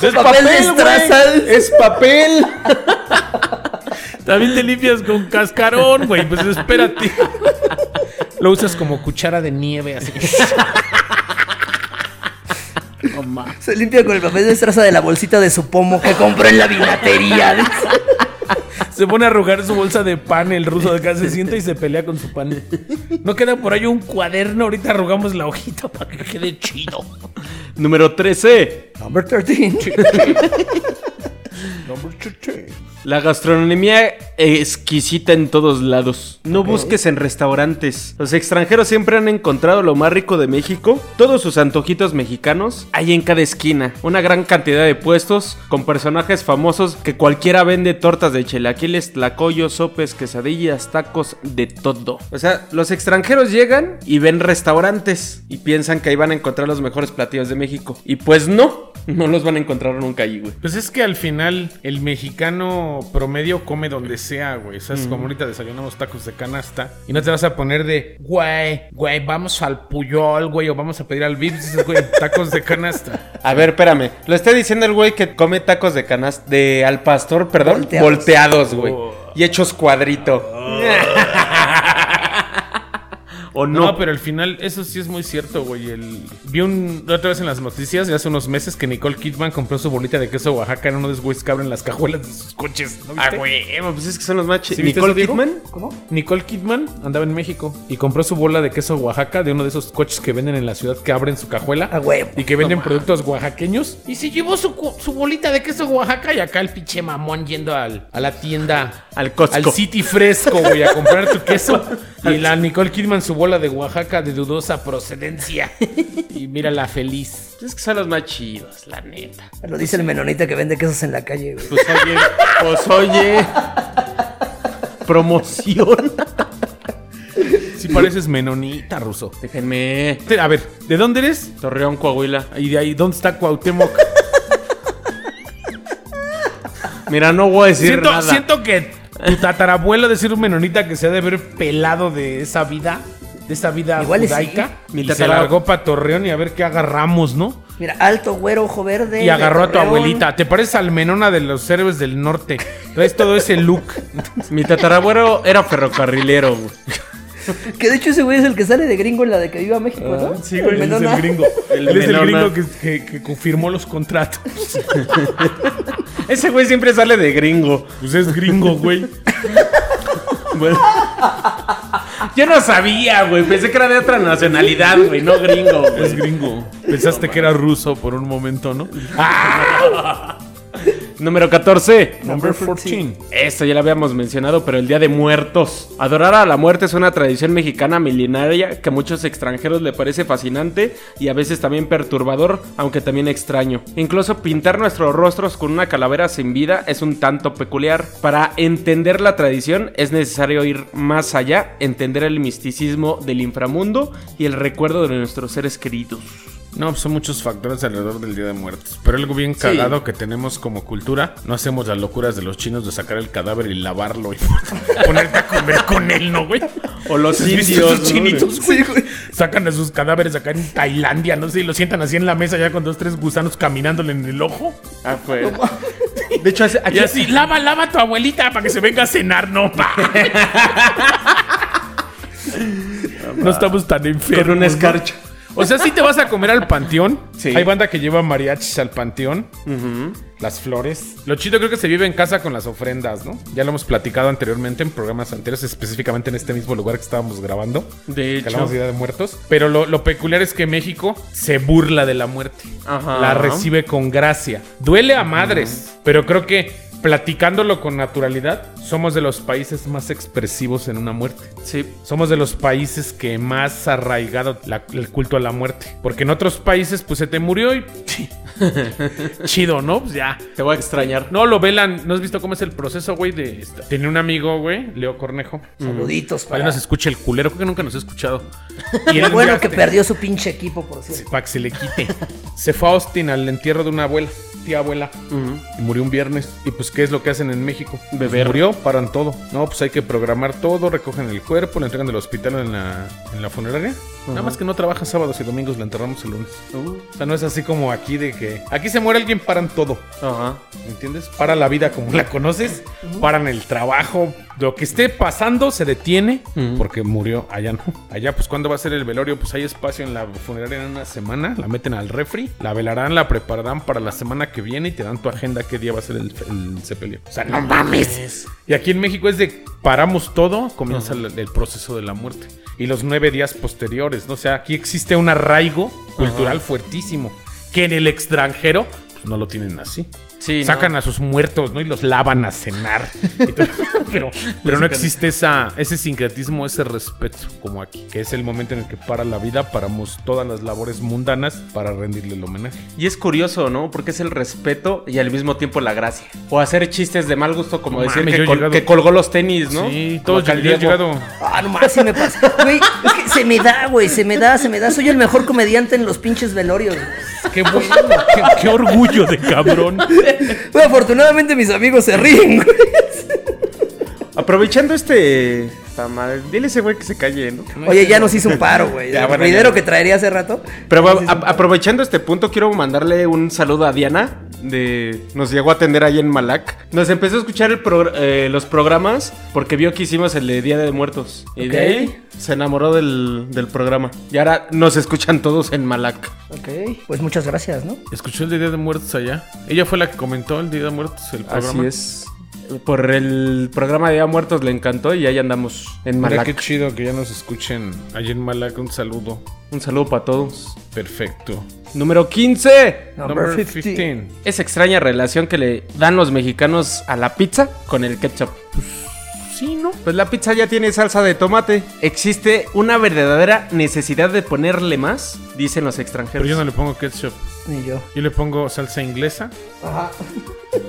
G: Es papel destrazado.
E: güey. ¡Es papel!
F: [LAUGHS] También te limpias con cascarón, güey. Pues espérate. [LAUGHS] Lo usas como cuchara de nieve, así que.
G: Se limpia con el papel de estraza de la bolsita de su pomo que compró en la vinatería.
F: Se pone a arrugar su bolsa de pan el ruso de acá, se sienta y se pelea con su pan. No queda por ahí un cuaderno, ahorita arrugamos la hojita para que quede chido.
E: Número 13.
G: Number 13.
E: La gastronomía exquisita en todos lados. No busques en restaurantes. Los extranjeros siempre han encontrado lo más rico de México. Todos sus antojitos mexicanos hay en cada esquina. Una gran cantidad de puestos con personajes famosos que cualquiera vende tortas de chilaquiles, tlacoyos, sopes, quesadillas, tacos, de todo. O sea, los extranjeros llegan y ven restaurantes y piensan que ahí van a encontrar los mejores platillos de México. Y pues no, no los van a encontrar nunca allí, güey.
F: Pues es que al final el mexicano promedio come donde sea, güey. ¿Sabes? Como ahorita desayunamos tacos de canasta y no te vas a poner de, güey, güey, vamos al Puyol, güey, o vamos a pedir al Vips. Dices, güey, tacos de canasta.
E: A ver, espérame. Lo está diciendo el güey que come tacos de canas de al pastor, perdón,
G: Volteados.
E: volteados, güey. Y hechos [LAUGHS] cuadrito.
C: O
F: No,
C: no.
F: pero al final, eso sí es muy cierto, güey. El... Vi un, la otra vez en las noticias de hace unos meses que Nicole Kidman compró su bolita de queso Oaxaca en uno de esos güeyes que abren las cajuelas de sus coches. ¿no viste?
E: Eva, pues es que son los más
F: ¿Sí
E: chidos.
F: viste
E: Nicole
F: eso, Diego?
E: Kidman.
G: ¿Cómo?
F: Nicole Kidman andaba en México y compró su bola de queso Oaxaca de uno de esos coches que venden en la ciudad que abren su cajuela
G: A huevo.
F: y que venden productos oaxaqueños. Y se llevó su, cu- su bolita de queso Oaxaca y acá el pinche mamón yendo al- a la tienda.
E: Al Costco.
F: Al City Fresco, güey, a comprar tu [LAUGHS] queso. Y la Nicole Kidman su bola de Oaxaca de dudosa procedencia. Y mírala feliz.
E: Es que son los más chidos, la neta.
G: Lo dice el menonita que vende quesos en la calle, güey.
E: Pues oye, pues oye. Promoción.
F: Si pareces menonita, ruso.
E: Déjenme.
F: A ver, ¿de dónde eres?
E: Torreón, Coahuila.
F: Y de ahí, ¿dónde está Cuauhtémoc?
E: Mira, no voy a decir
F: Siento,
E: nada.
F: siento que tu tatarabuelo decir un menonita que se ha de haber pelado de esa vida, de esa vida
G: Igual y sí.
F: judaica.
E: Mi
F: y se
E: tatarabuelo-
F: largó para Torreón y a ver qué agarramos, ¿no?
G: Mira, alto, güero, ojo verde.
F: Y
G: de
F: agarró a tu
G: Torreón.
F: abuelita. Te pareces al menona de los héroes del norte. Traes todo ese look.
E: Mi tatarabuelo era ferrocarrilero, güey.
G: Que de hecho ese güey es el que sale de gringo en la de que viva México,
F: Ah,
G: ¿no? El Menona.
E: El
F: Él es el
E: menona.
F: gringo que, que- que confirmó los contratos.
E: [LAUGHS] Ese güey siempre sale de gringo.
F: Pues es gringo, güey.
E: Bueno. Yo no sabía, güey. Pensé que era de otra nacionalidad, güey. No gringo,
F: Es
E: güey.
F: gringo. Pensaste que era ruso por un momento, ¿no?
E: Número 14.
F: Number 14.
E: Esta ya la habíamos mencionado, pero el Día de Muertos. Adorar a la muerte es una tradición mexicana milenaria que a muchos extranjeros le parece fascinante y a veces también perturbador, aunque también extraño. Incluso pintar nuestros rostros con una calavera sin vida es un tanto peculiar. Para entender la tradición es necesario ir más allá, entender el misticismo del inframundo y el recuerdo de nuestros seres queridos.
F: No, pues, son muchos factores alrededor del Día de Muertos. Pero algo bien cagado que tenemos como cultura, no hacemos las locuras de los chinos de sacar el cadáver y lavarlo
E: [LAUGHS]
F: y ponerte a comer con él, ¿no, güey?
E: O los
F: ¿Has visto esos
E: indios. ¿no?
F: chinitos, güey? Sacan a sus cadáveres acá en Tailandia, no sé, y lo sientan así en la mesa ya con dos, tres gusanos caminándole en el ojo.
E: Ah, pues. De hecho, hace-
F: Y
E: aquí,
F: así, lava, lava a tu abuelita para que se venga a cenar, no,
E: [LAUGHS]
F: pa. No estamos tan enfermos.
E: Con
F: ¿no?
E: una escarcha.
F: O sea, si te vas a comer al panteón.
E: Sí.
F: Hay banda que lleva mariachis al panteón. Las flores. Lo chido creo que se vive en casa con las ofrendas, ¿no? Ya lo hemos platicado anteriormente en programas anteriores, específicamente en este mismo lugar que estábamos grabando.
E: De
F: Que
E: hecho.
F: hablamos de Día de Muertos. Pero lo, lo peculiar es que México se burla de la muerte.
E: Ajá.
F: La recibe con gracia. Duele a madres, pero creo que platicándolo con naturalidad, somos de los países más expresivos en una muerte.
E: Sí.
F: Somos de los países que más arraigado la- el culto a la muerte. Porque en otros países, pues se te murió y. [LAUGHS] Chido, ¿no? Pues ya.
E: Te voy a extrañar.
F: No, lo velan. ¿No has visto cómo es el proceso, güey? De... Tenía un amigo, güey, Leo Cornejo.
G: Mm. Saluditos
F: Para
G: para...
F: que nos escuche el culero, creo que nunca nos ha escuchado. Y
G: [LAUGHS] Qué
F: él
G: bueno
F: ya-
G: que perdió su pinche equipo, por cierto.
F: Para que se le quite. [LAUGHS] se fue a Austin al entierro de una abuela, tía abuela. Y murió un viernes. Y pues, ¿qué es lo que hacen en México? Pues,
E: Beber.
F: Murió, paran todo. No, pues hay que programar todo, recogen el cuerpo, lo entregan del hospital en la, en la funeraria. Nada más que no trabaja sábados y domingos, la enterramos el lunes. O sea, no es así como aquí de que aquí se muere alguien, paran todo.
E: Ajá.
F: ¿Me entiendes? Para la vida como la conoces, paran el trabajo, lo que esté pasando se detiene porque murió allá no. Allá pues cuándo va a ser el velorio, pues hay espacio en la funeraria en una semana, la meten al refri, la velarán, la prepararán para la semana que viene y te dan tu agenda qué día va a ser el, el sepelio. O sea, no mames. Y aquí en México es de paramos todo, comienza el, el proceso de la muerte y los nueve días posteriores, ¿no? O sea, aquí existe un arraigo cultural fuertísimo que en el extranjero pues, no lo tienen así.
E: Sí,
F: Sacan a sus muertos, ¿no? Y los lavan a cenar. Y [LAUGHS] todo. pero, pero no existe esa, ese sincretismo, ese respeto como aquí, que es el momento en el que para la vida, paramos todas las labores mundanas para rendirle el homenaje.
E: Y es curioso, ¿no? Porque es el respeto y al mismo tiempo la gracia. O hacer chistes de mal gusto, como
F: No
E: decir
F: mames, yo
E: que,
F: he
E: col-
F: llegado-
E: que colgó los tenis, ¿no?
F: Sí,
E: Como
F: todo
E: que al
F: llegado-
E: Diego.
F: llegado.
G: Ah, no más, sí me pasa. Güey, es que se me da, güey, se me da, se me da. Soy el mejor comediante en los pinches velorios. güey.
F: [LAUGHS] Qué bueno, [LAUGHS] qué, qué orgullo de [LAUGHS] cabrón.
G: Güey, afortunadamente mis amigos se ríen, güey.
E: Aprovechando este. esta madre, Dile a ese güey que se calle, ¿no?
G: Oye, ya nos hizo un paro, güey.
E: Ya,
G: El
E: bueno,
G: ruidero
E: ya.
G: que traería hace rato.
E: Pero a- a- aprovechando este punto, quiero mandarle un saludo a Diana. De, nos llegó a atender ahí en Malac. Nos empezó a escuchar el progr- eh, los programas porque vio que hicimos el de Día de Muertos. Y de
G: Ok.
E: ahí se enamoró del, del programa. Y ahora nos escuchan todos en Malac.
G: Ok. Pues muchas gracias, ¿no?
F: Escuchó el de Día de Muertos allá. Ella fue la que comentó el Día de Muertos, el programa.
E: Así es. Por el programa de Día Muertos le encantó y ahí andamos en
F: Mira
E: Malac.
F: qué chido que ya nos escuchen allá en Malaca. Un saludo.
E: Un saludo para todos.
F: Perfecto.
E: Número 15.
G: Number 15.
E: Esa extraña relación que le dan los mexicanos a la pizza con el ketchup.
F: Pues,
E: Sí, ¿no? Pues la pizza ya tiene salsa de tomate. Existe una verdadera necesidad de ponerle más, dicen los
F: Pero
E: extranjeros.
F: yo no le pongo ketchup.
G: Ni yo.
F: Yo le pongo salsa inglesa.
G: Ajá.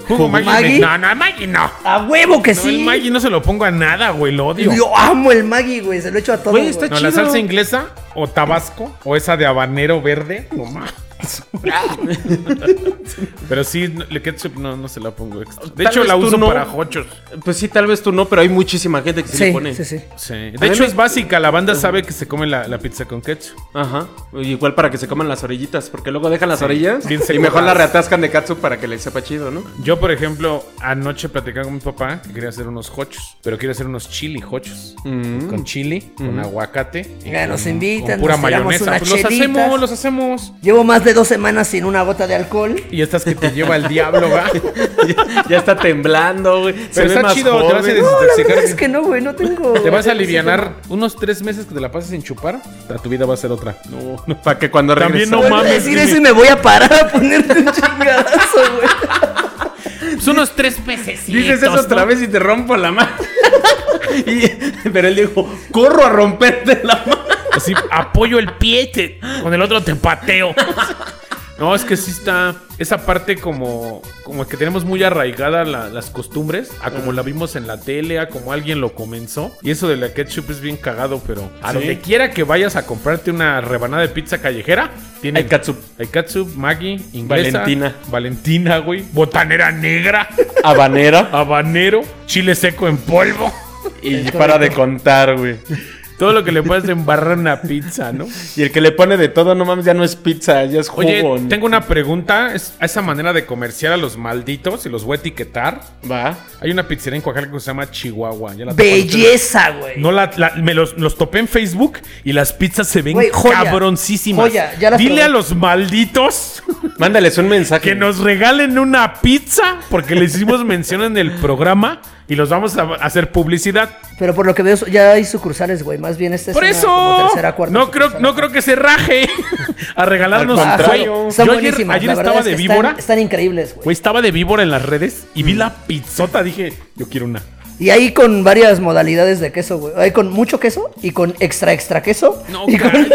F: ¿Jugo Maggi?
G: Maggi?
F: No, no, Maggi no.
G: A huevo que
F: No,
G: sí.
F: el Maggi no se lo pongo a nada, güey, lo odio.
G: Yo amo el Maggi, güey. Se lo echo a todo.
E: Güey, está
G: güey.
F: no, la
E: chido.
F: salsa inglesa o tabasco o esa de habanero verde.
E: [LAUGHS]
F: No mames.
E: Ah.
F: Pero sí, no, el ketchup no, no se la pongo extra. De
E: Tal
F: hecho,
E: vez
F: la
E: tú
F: uso
E: no.
F: para hochos.
E: Pues sí, tal vez tú no, pero hay muchísima gente que sí, le
G: Sí,
E: pone.
G: sí, sí.
F: Sí.
E: A mí
F: De hecho,
E: me-
F: es básica. La banda sabe que se come la, la pizza con ketchup.
E: Ajá. Igual para que se coman las orillitas, porque luego dejan las orillas
F: bien
E: y mejor
F: secas.
E: la reatascan de katsu para que le sepa chido, ¿no? [LAUGHS]
F: Yo, por ejemplo, anoche platicaba con mi papá que quería hacer unos hochos, pero quiere hacer unos chili hochos. Con chili, con aguacate. y
G: Ya, nos
F: con-
G: invitan,
F: Con pura
G: nos tiramos
F: mayonesa.
G: unas
F: Pues los
G: chelitas.
F: hacemos, los hacemos.
G: Llevo más de dos semanas sin una gota de alcohol.
F: Y estas que te lleva el diablo,
G: [LAUGHS]
F: va.
E: ya, ya está temblando, güey. Se
F: Pero
E: ve
F: está
E: más
F: chido, te vas a
E: joven.
G: No, la
F: desintoxicar.
G: verdad es que no, güey, no tengo.
F: Te
G: [LAUGHS]
F: vas a alivianar unos tres meses que te la pases sin chupar. a tu vida va a ser otra. No, no.
E: [LAUGHS] Para que cuando
F: También
E: regrese.
F: no
G: Voy a
F: mames,
G: decir eso y me voy a parar a ponerte un chingadazo, güey.
H: Pues unos tres meses.
E: Dices eso otra vez y te rompo la mano. [LAUGHS] Y- pero él dijo, corro a romperte la mano.
F: Así apoyo el pie, te- con el otro te pateo. No, es que sí está esa parte como, como que tenemos muy arraigada la- las costumbres, a como la vimos en la tele, a como alguien lo comenzó. Y eso de la ketchup es bien cagado, pero a
E: Sí.
F: donde quiera que vayas a comprarte una rebanada de pizza callejera, tiene
E: Hay catsup.
F: Hay catsup, Maggie, inglesa,
E: Valentina.
F: Valentina, güey, botanera negra,
E: Habanera.
F: habanero, chile seco en polvo.
E: Y para de contar, güey.
F: Todo lo que le puedas embarrar en una pizza, ¿no?
E: Y el que le pone de todo, no mames, ya no es pizza, ya es jugo.
F: Oye,
E: ¿no?
F: tengo una pregunta. Es a esa manera de comerciar a los malditos y los voy a etiquetar.
E: Va.
F: Hay una pizzería en Coaxaca que se llama Chihuahua. Ya la topo ahorita.
G: Belleza, güey.
F: No, la, la- me los, los topé en Facebook y las pizzas se ven
G: Güey, joya.
F: cabroncísimas.
G: Joya, ya las
F: Dile
G: probé.
F: a los malditos
E: Mándales un mensaje.
F: que nos regalen una pizza porque les hicimos mención en el programa y los vamos a hacer publicidad.
G: Pero por lo que veo, ya hay sucursales, güey. Más bien esta es
F: Por
G: una
F: eso,
G: como tercera, cuarta
F: no creo,
G: sucursal.
F: no creo que se raje a regalarnos
E: Al contrario.
F: Güey,
G: Están
F: yo ayer,
G: buenísimas.
F: ayer
G: la verdad
F: estaba
G: es que
F: de
G: están-
F: víbora.
G: Están, increíbles, güey.
F: Güey, estaba de víbora en las redes y vi la pizzota. Dije, yo quiero una.
G: Y ahí con varias modalidades de queso, güey. Hay con mucho queso y con extra, extra queso. y con-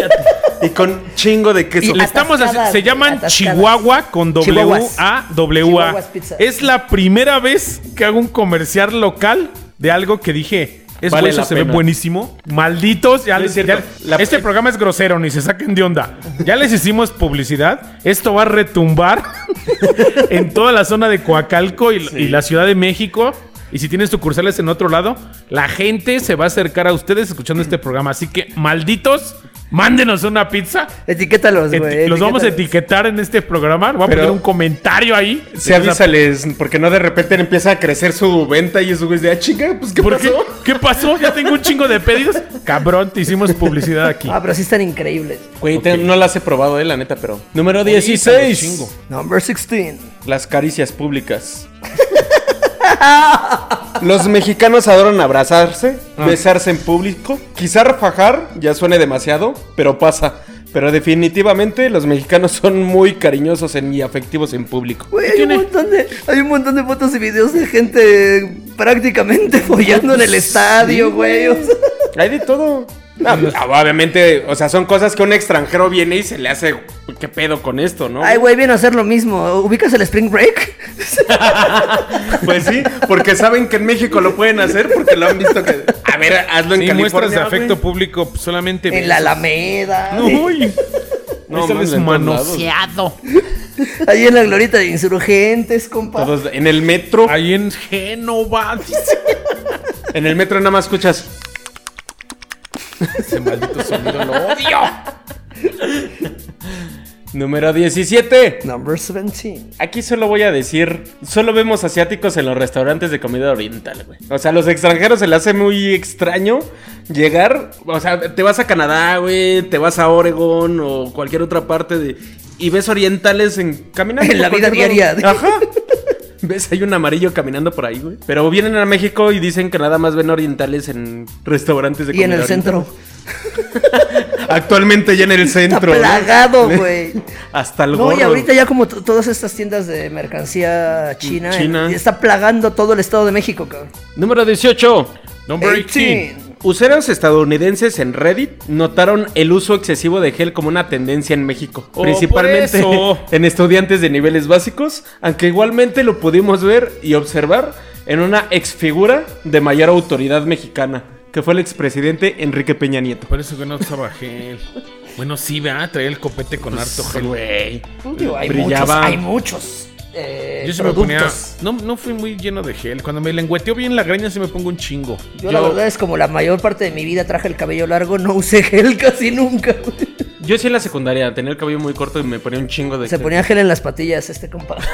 E: Y con chingo de queso.
G: Y
F: Le estamos
G: Atascadas,
F: haciendo- se
G: güey,
F: llaman
G: atascadas.
F: Chihuahua con
G: Chihuahuas.
F: W-A-W-A.
G: Chihuahuas Pizza.
F: Es la primera vez que hago un comercial local de algo que dije. Es
E: Vale
F: hueso,
E: la
F: se ve
E: pena.
F: buenisimo. Malditos, ya
E: No
F: les-
E: es cierto.
F: ya-
E: La-
F: este programa es grosero, ni se saquen de onda. Ya les hicimos publicidad. Esto va a retumbar [LAUGHS] en toda la zona de Coacalco y, y la Ciudad de México. Y si tienes sucursales en otro lado, la gente se va a acercar a ustedes escuchando este programa. Así que, malditos, mándenos una pizza.
G: [LAUGHS] Etiquétalos,
F: Eti-
G: güey.
F: los vamos a
G: etiquétalos.
F: etiquetar en este programa. Voy a
E: Pero-
F: poner un comentario ahí.
E: Sí, avísales, porque no de repente empieza a crecer su venta y eso güey de ah, chinga, pues qué
F: ¿Por qué?
E: pasó.
F: ¿Qué pasó? Ya tengo un chingo de pedidos. Cabrón, te hicimos publicidad
E: [LAUGHS]
F: aquí.
G: Ah, pero sí están increíbles.
E: Güey, te- no las he probado, eh, la neta, pero. Número 16.
F: chingo.
G: Number 16.
E: Las caricias públicas. Los mexicanos adoran abrazarse, besarse en público. Quizá fajar ya suene demasiado, pero pasa. Pero definitivamente los mexicanos son muy cariñosos en- y afectivos en público.
G: Güey, hay un, montón de, hay un montón de fotos y videos de gente prácticamente [LAUGHS] follando en el estadio, güey. O sea,
E: Hay de todo. Ah, obviamente, o sea, son cosas que un extranjero viene y se le hace, ¿qué pedo con esto, no?
G: Ay, güey, viene a hacer lo mismo. ¿Ubicas el Spring Break?
E: [LAUGHS] Pues sí, porque saben que en México lo pueden hacer porque lo han visto que... A ver, hazlo en
F: Sí, muestras de
E: California,
F: afecto
E: güey.
F: público pues, solamente.
G: en la Alameda.
F: Uy.
E: No,
F: Ahí sales
E: mames, en todos
F: manoseado.
E: lados.
G: Ahí en la glorita de insurgentes, compa.
E: Todos en el metro,
F: Ahí en Génova. dice.
E: en el metro nada más escuchas.
F: Ese maldito sonido lo odio.
E: Número 17.
G: Number 17.
E: Aquí solo voy a decir, solo vemos asiáticos en los restaurantes de comida oriental, güey. O sea, a los extranjeros se le hace muy extraño llegar, o sea, te vas a Canadá, güey, te vas a Oregón o cualquier otra parte de y ves orientales en caminando
G: [LAUGHS] En la
E: por
G: vida
E: cualquier
G: diaria.
E: lado. Ajá. [LAUGHS] ¿Ves? Hay un amarillo caminando por ahí, güey. Pero vienen a México y dicen que nada más ven orientales en restaurantes de
G: Y en el
E: oriental.
G: centro.
E: Actualmente ya en el
G: [LAUGHS] Está
E: centro. ¿no?
G: plagado,
E: [LAUGHS]
G: güey.
E: Hasta el
G: No, y
E: gorro.
G: ahorita ya como to- todas estas tiendas de mercancía china,
E: China.
G: eh, está plagando todo el Estado de México, cabrón.
E: Número 18.
F: Number 18.
G: 18.
E: Usuarios estadounidenses en Reddit notaron el uso excesivo de gel como una tendencia en México,
F: Oh,
E: principalmente
F: por eso.
E: [LAUGHS] en estudiantes de niveles básicos, aunque igualmente lo pudimos ver y observar en una exfigura de mayor autoridad mexicana, que fue el expresidente Enrique Peña Nieto.
F: Por eso que no usaba gel. Bueno, sí, vea, traía el copete con
E: Pues,
F: harto gel.
G: Pues, Digo, hay muchos,
E: Brillaba.
G: hay muchos eh,
F: Yo se me ponía.
G: productos.
F: No, no fui muy lleno de gel. Cuando me lengüeteó bien la greña, se me pongo un chingo.
G: Yo, la verdad es como la mayor parte de mi vida traje el cabello largo, no usé gel [LAUGHS] casi nunca. güey.
E: Yo sí en la secundaria tenía el cabello muy corto y me ponía un chingo de
G: Se
E: gel.
G: ponía gel en las patillas este compa. [LAUGHS]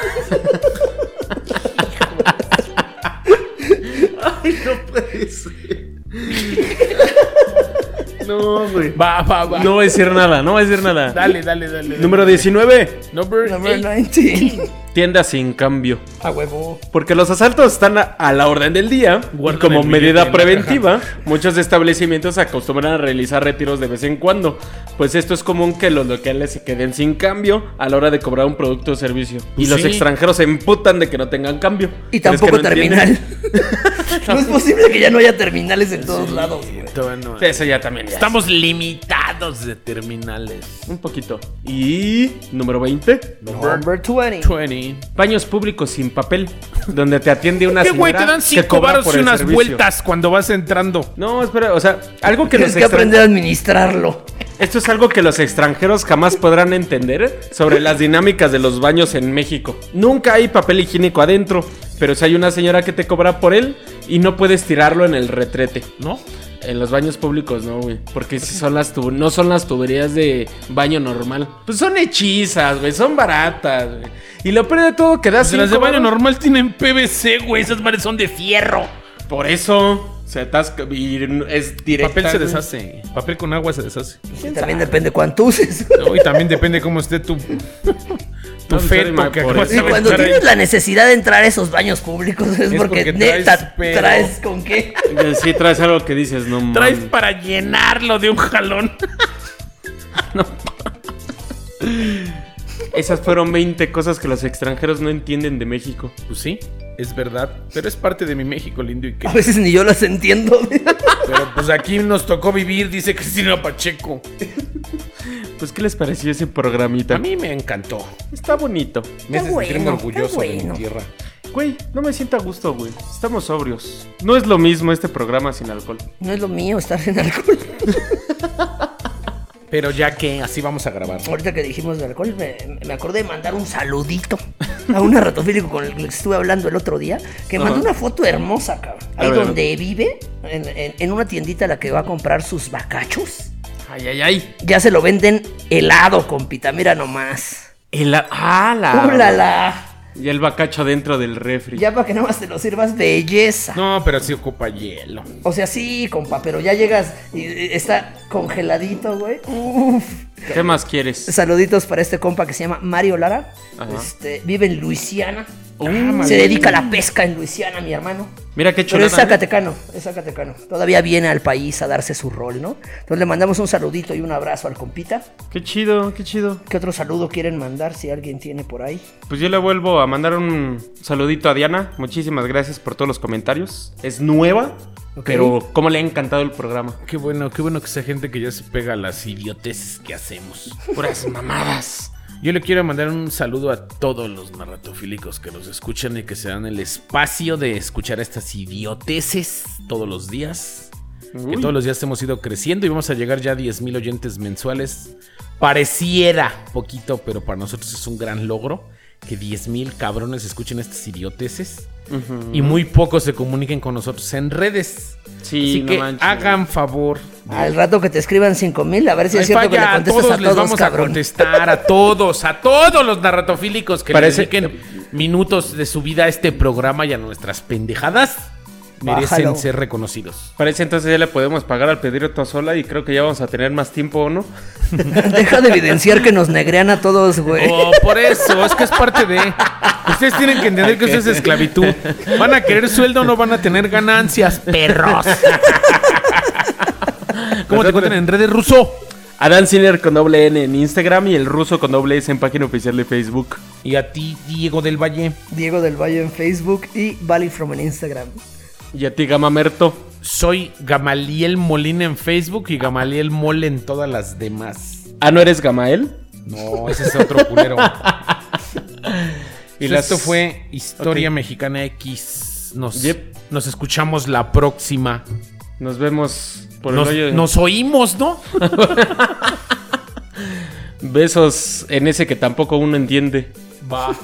E: No, güey.
F: Va, va, va.
E: No voy a decir nada, no voy a decir nada.
F: Dale, dale, dale.
E: Número 19.
F: Número
G: Number 19.
E: Tiendas sin cambio.
G: A huevo.
E: Porque los asaltos están a, a la orden del día. y
F: Guardan
E: como
F: el billete en
E: medida
F: la
E: preventiva, muchos establecimientos acostumbran a realizar retiros de vez en cuando. Pues esto es común que los locales se queden sin cambio a la hora de cobrar un producto o servicio. y
F: Pues
E: los
F: sí.
E: extranjeros se emputan de que no tengan cambio.
G: Y
E: Pero es que
G: tampoco
E: no
G: terminal.
E: entienden. [LAUGHS]
G: no es posible que ya no haya terminales en todos lados, güey.
E: Eso ya también. ya
F: Estamos limitados de terminales.
E: es Un poquito. Y número 20.
G: Number 20.
F: 20.
E: Baños públicos sin papel. Donde te atiende una
F: ¿Qué
E: señora
F: güey? Te dan
E: que
F: cinco
E: cobra
F: varos
E: por
F: y
E: el
F: unas
E: servicio.
F: vueltas cuando vas entrando.
E: No, espera, o sea, algo
G: [LAUGHS]
E: que
G: Tienes
E: nos
G: que aprender a administrarlo.
E: Esto es algo que los extranjeros jamás podrán entender sobre las dinámicas de los baños en México. Nunca hay papel higiénico adentro, pero si hay una señora que te cobra por él y no puedes tirarlo en el retrete.
F: ¿No?
E: En los baños públicos no, güey. Porque si son las tu- no son las tuberías de baño normal. Pues son hechizas, güey. Son baratas, güey. Y lo peor de todo que das
F: Pues las de
E: cinco
F: baño
E: varos.
F: normal tienen PVC, güey. Esas madres son de fierro.
E: Por eso se atasca y es directa.
F: Papel se
E: güey.
F: deshace. Papel con agua se deshace.
G: Y También depende cuánto uses.
F: No, y también depende cómo esté
G: [LAUGHS]
F: tu, tu
E: No,
F: feto
E: sorry,
F: que
E: por
F: acabas
G: Y
F: de
G: cuando
F: aventar ahí.
G: tienes la necesidad de entrar a esos baños públicos es,
F: Es
G: porque,
F: porque traes
G: neta
F: pedo.
G: traes con qué.
E: Sí, traes algo que dices, no mames.
F: Traes para llenarlo de un jalón.
E: Esas fueron 20 cosas que los extranjeros no entienden de México.
F: Pues sí, es verdad. Pero es parte de mi México lindo y que.
G: [LAUGHS] A veces ni yo las entiendo.
F: Pero pues aquí nos tocó vivir, dice Cristina Pacheco.
E: Pues, ¿qué les pareció ese programita?
F: A mí me encantó.
E: está bonito.
H: Me hace
G: Está
H: sentirme
G: bueno,
H: orgulloso
G: está
H: de
G: bueno.
H: mi tierra.
E: Güey, no me siento a gusto, güey. Estamos sobrios. No es lo mismo este programa sin alcohol.
G: No es lo mío estar en alcohol.
F: Pero ya que.
H: Así vamos a grabar.
G: Ahorita que dijimos de alcohol, me, me acordé de mandar un saludito a un ratofílico con el que estuve hablando el otro día, que mandó una foto hermosa, cabrón.
E: A
G: Ahí
E: ver.
G: donde vive, en, en- en una tiendita a la que va a comprar sus bacachos,
E: Ay, ay, ay.
G: ya se lo venden helado, compita, mira nomás.
E: El a- ah, la.
G: ¡Uh, la, la!
E: Y el bacacho dentro del refri.
G: Ya para que nada más te lo sirvas, belleza.
F: No, pero sí ocupa hielo.
G: O sea, sí, compa, pero ya llegas y y está congeladito, güey. Uf.
E: ¿Qué más quieres?
G: Saluditos para este compa que se llama Mario Lara.
E: Ajá.
G: Este, vive en Luisiana.
F: Oh,
G: Ah, se dedica a la pesca en Luisiana, mi hermano.
E: Mira qué
G: Pero es
E: chulada. ¿eh?
G: Zacatecano, es Zacatecano. Todavía viene al país a darse su rol, ¿no? Entonces le mandamos un saludito y un abrazo al compita.
E: Qué chido, qué chido.
G: ¿Qué otro saludo quieren mandar si alguien tiene por ahí?
E: Pues yo le vuelvo a mandar un saludito a Diana. Muchísimas gracias por todos los comentarios. Es nueva,
G: Ok.
E: pero cómo le ha encantado el programa.
F: Qué bueno, qué bueno que esa gente que ya se pega a las idioteces que hacemos.
E: Puras mamadas.
F: Yo le quiero mandar un saludo a todos los narratofílicos que nos escuchan y que se dan el espacio de escuchar estas idioteces todos los días. Que todos los días hemos ido creciendo y vamos a llegar ya a 10.000 oyentes mensuales. Pareciera poquito, pero para nosotros es un gran logro que 10.000 cabrones escuchen estas idioteces y muy pocos se comuniquen con nosotros en redes.
E: Sí,
F: Así
E: no
F: que
E: manches.
F: hagan favor
G: Al rato que te escriban 5000, a ver si
F: Ay,
G: es cierto que le
F: falla, a
G: contestas
F: todos
G: a
F: les
G: todos,
F: vamos a
G: cabrón.
F: contestar, a todos, a todos los narratofílicos que le
E: Parece-
F: dediquen minutos de su vida a este programa y a nuestras pendejadas. Merecen
G: Bájalo.
F: ser reconocidos.
E: Parece entonces ya le podemos pagar al Pedrito sola y creo que ya vamos a tener más tiempo, ¿o no?
G: [LAUGHS] Deja de evidenciar que nos negrean a todos, güey.
F: Oh, por eso, es que es parte de. Ustedes tienen que entender que eso es esclavitud. Van a querer sueldo, no van a tener ganancias, perros. ¿Cómo te encuentran en redes ruso?
E: Adán Sinner con doble N en Instagram y el ruso con doble S en página oficial de Facebook.
F: Y a ti, Diego del Valle.
G: Diego del Valle en Facebook y Valley From en Instagram.
E: Y a ti, Gamamerto.
F: Soy Gamaliel Molina en Facebook y Gamaliel Mole en todas las demás.
E: Ah, ¿no eres Gamael?
F: No, ese es otro culero. y
E: Y las-
F: esto fue Historia
E: Ok.
F: Mexicana X. Nos,
E: Yep.
F: nos escuchamos la próxima.
E: Nos vemos por
F: Nos,
E: el hoyo.
F: nos oímos, ¿no?
E: Besos en ese que tampoco uno entiende.
F: Va.